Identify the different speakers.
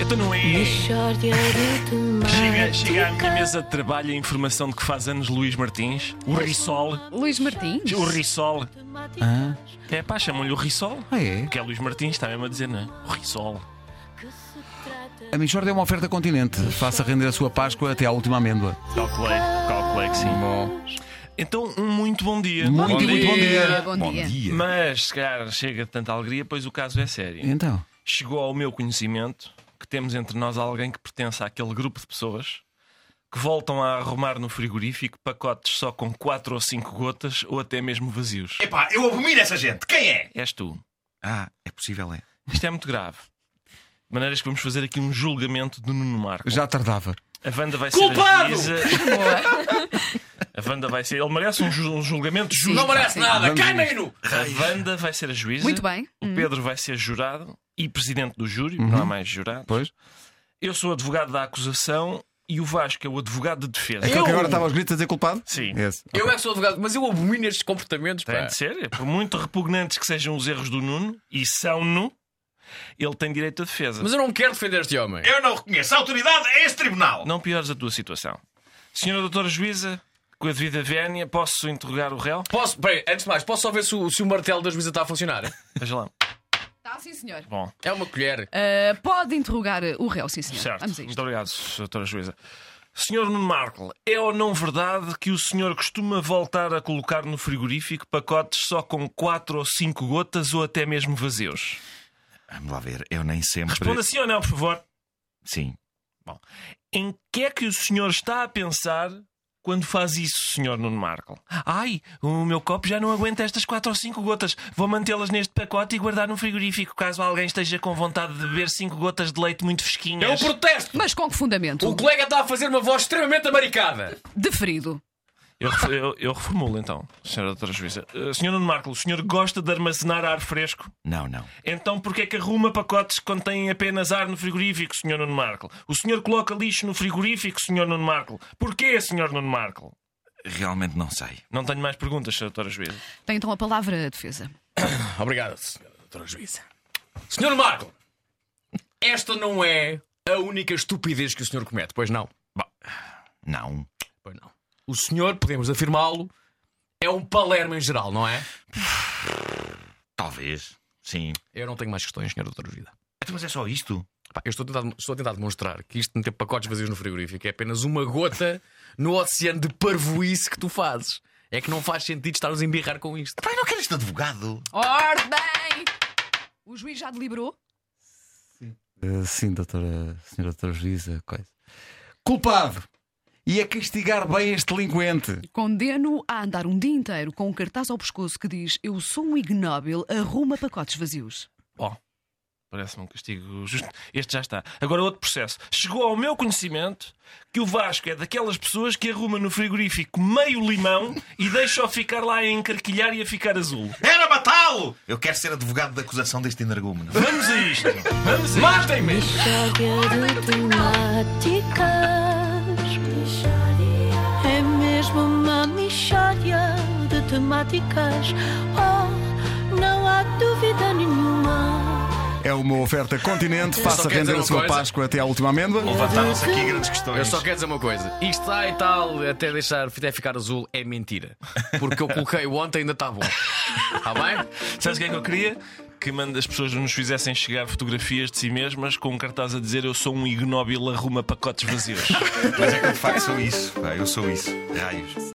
Speaker 1: Então não é.
Speaker 2: Mixórdia de
Speaker 1: Chega,
Speaker 2: temáticas.
Speaker 1: chega à minha mesa de trabalho a informação de que faz anos Luís Martins, o Rissol.
Speaker 3: Luís Martins?
Speaker 1: O Rissol.
Speaker 4: Ah,
Speaker 1: É pá, chamam-lhe o Rissol.
Speaker 4: ah é?
Speaker 1: Porque é Luís Martins, está mesmo a dizer, não é? O Rissol.
Speaker 2: Que se trata
Speaker 4: A Michorda é uma oferta continente. Faça render a sua Páscoa até à última amêndoa.
Speaker 1: Calculei, calculei que sim. Então, um muito bom dia.
Speaker 4: Muito,
Speaker 3: Bom
Speaker 4: muito bom
Speaker 3: dia,
Speaker 4: dia.
Speaker 3: bom dia.
Speaker 1: Mas, cara, chega de tanta alegria, pois o caso é sério.
Speaker 4: Então,
Speaker 1: Chegou ao meu conhecimento que temos entre nós alguém que pertence àquele grupo de pessoas que voltam a arrumar no frigorífico pacotes só com 4 ou 5 gotas ou até mesmo vazios.
Speaker 5: Epá, eu abomino essa gente. Quem é?
Speaker 1: És tu.
Speaker 5: Ah, é possível, é.
Speaker 1: Isto é muito grave. De maneiras que vamos fazer aqui um julgamento do Nuno Marco.
Speaker 4: já tardava.
Speaker 1: A Wanda vai
Speaker 5: Culpado!
Speaker 1: ser. A, juíza. a Wanda vai ser. Ele merece um, ju- um julgamento justo.
Speaker 5: Não merece
Speaker 3: sim.
Speaker 5: nada.
Speaker 4: Vamos a
Speaker 5: Cai,
Speaker 4: isto.
Speaker 5: menino!
Speaker 1: A Wanda vai ser a juíza.
Speaker 3: Muito bem.
Speaker 1: O
Speaker 6: Hum.
Speaker 1: Pedro vai ser jurado e presidente do júri, não
Speaker 6: Uhum.
Speaker 1: há mais jurado.
Speaker 4: Pois.
Speaker 1: Eu sou advogado da acusação e o Vasco é o advogado de defesa.
Speaker 4: Aquele que
Speaker 6: Eu-
Speaker 4: agora estava aos gritos a dizer culpado?
Speaker 1: Sim.
Speaker 4: Esse.
Speaker 6: Eu Tá. é que sou advogado, mas eu abomino estes comportamentos.
Speaker 1: Tem
Speaker 6: Pá.
Speaker 1: de ser. É Por muito repugnantes que sejam os erros do Nuno, e são-no, ele tem direito à defesa.
Speaker 6: Mas eu não quero defender este homem.
Speaker 5: Eu não reconheço. A autoridade é este tribunal.
Speaker 1: Não piores a tua situação. Senhora doutora juíza, com a devida vénia, posso interrogar o réu?
Speaker 6: Posso, peraí, antes de mais, posso só ver se o, se o martelo da juíza está a funcionar?
Speaker 1: Veja lá.
Speaker 3: Tá, sim, senhor.
Speaker 1: Bom,
Speaker 6: É uma colher.
Speaker 3: Ah, pode interrogar o réu, sim, senhor.
Speaker 1: certo.
Speaker 3: Vamos a
Speaker 5: Então-
Speaker 1: Muito
Speaker 3: isto.
Speaker 1: obrigado, doutora juíza. Senhor Nuno Marco, é ou não verdade que o senhor costuma voltar a colocar no frigorífico pacotes só com 4 ou 5 gotas ou até mesmo vazios?
Speaker 5: Vamos lá ver. Eu nem sempre.
Speaker 1: Responda sim ou não, por favor.
Speaker 5: Sim.
Speaker 1: Em que é que o senhor está a pensar quando faz isso, senhor Nuno Marco? Ai, o meu copo já não aguenta estas quatro ou cinco gotas. Vou mantê-las neste pacote e guardar no frigorífico, caso alguém esteja com vontade de beber cinco gotas de leite muito
Speaker 6: Eu
Speaker 1: fresquinhas.
Speaker 6: protesto!
Speaker 3: Mas com que fundamento?
Speaker 6: O colega está a fazer uma voz extremamente amaricada.
Speaker 3: Deferido.
Speaker 1: Eu, ref- eu- eu reformulo então, senhora doutora juíza. Eh, senhor Nuno Marco, o senhor gosta de armazenar ar fresco?
Speaker 5: Não, não.
Speaker 1: Então porquê é que arruma pacotes que contêm apenas ar no frigorífico, senhor Nuno Marco? O senhor coloca lixo no frigorífico, senhor Nuno Marco? Porquê, senhor Nuno Marco?
Speaker 5: Realmente não sei.
Speaker 1: Não tenho mais perguntas, senhora doutora juíza.
Speaker 3: Tem então a palavra a defesa.
Speaker 6: Obrigado, senhora doutora juíza. Senhor Marco, esta não é a única estupidez que o senhor comete, pois não?
Speaker 5: Não.
Speaker 6: Pois não. O senhor, podemos afirmá-lo, é um palermo em geral, não é?
Speaker 5: Talvez. Sim.
Speaker 6: Eu não tenho mais questões, senhora doutora juíza.
Speaker 5: Então, Mas é só isto?
Speaker 6: Pá, eu estou a, tentar, estou a tentar demonstrar que isto de meter pacotes vazios no frigorífico é apenas uma gota no oceano de parvoíce que tu fazes. É que não faz sentido estarmos a embirrar com isto.
Speaker 5: Pai, não quero este advogado.
Speaker 3: Ordem! O juiz já deliberou?
Speaker 4: Uh, sim, doutora, senhora doutora juíza, coisa. Culpado! E a castigar bem este delinquente.
Speaker 3: Condeno a andar um dia inteiro com um cartaz ao pescoço que diz Eu sou um ignóbil, arruma pacotes vazios.
Speaker 1: Bom, parece-me um castigo justo. Este já está. Agora outro processo. Chegou ao meu conhecimento que o Vasco é daquelas pessoas que arruma no frigorífico meio limão e deixa-o ficar lá a encarquilhar e a ficar azul.
Speaker 5: Era matá-lo! Eu quero ser advogado da acusação deste energúmeno.
Speaker 1: Vamos a isto. Vamos a isto.
Speaker 6: Matem-me!
Speaker 2: Mixórdia de temáticas. É mesmo uma mixórdia de temáticas. Oh, não há dúvida nenhuma.
Speaker 4: É uma oferta continente. Faça
Speaker 6: Só quer dizer
Speaker 4: render a
Speaker 6: uma
Speaker 4: sua
Speaker 6: coisa.
Speaker 4: Páscoa até à última amêndoa.
Speaker 5: Levantaram-se aqui grandes questões.
Speaker 6: Eu só quero dizer uma coisa. Isto está e tal, até deixar até ficar azul, é mentira. Porque eu coloquei ontem ainda está bom. Está bem?
Speaker 1: Sabes o que é que eu queria? Que manda- as pessoas nos fizessem chegar fotografias de si mesmas com um cartaz a dizer eu sou um ignóbil, arruma pacotes vazios.
Speaker 5: Mas é que eu de facto sou isso. Pá, eu sou isso. Raios.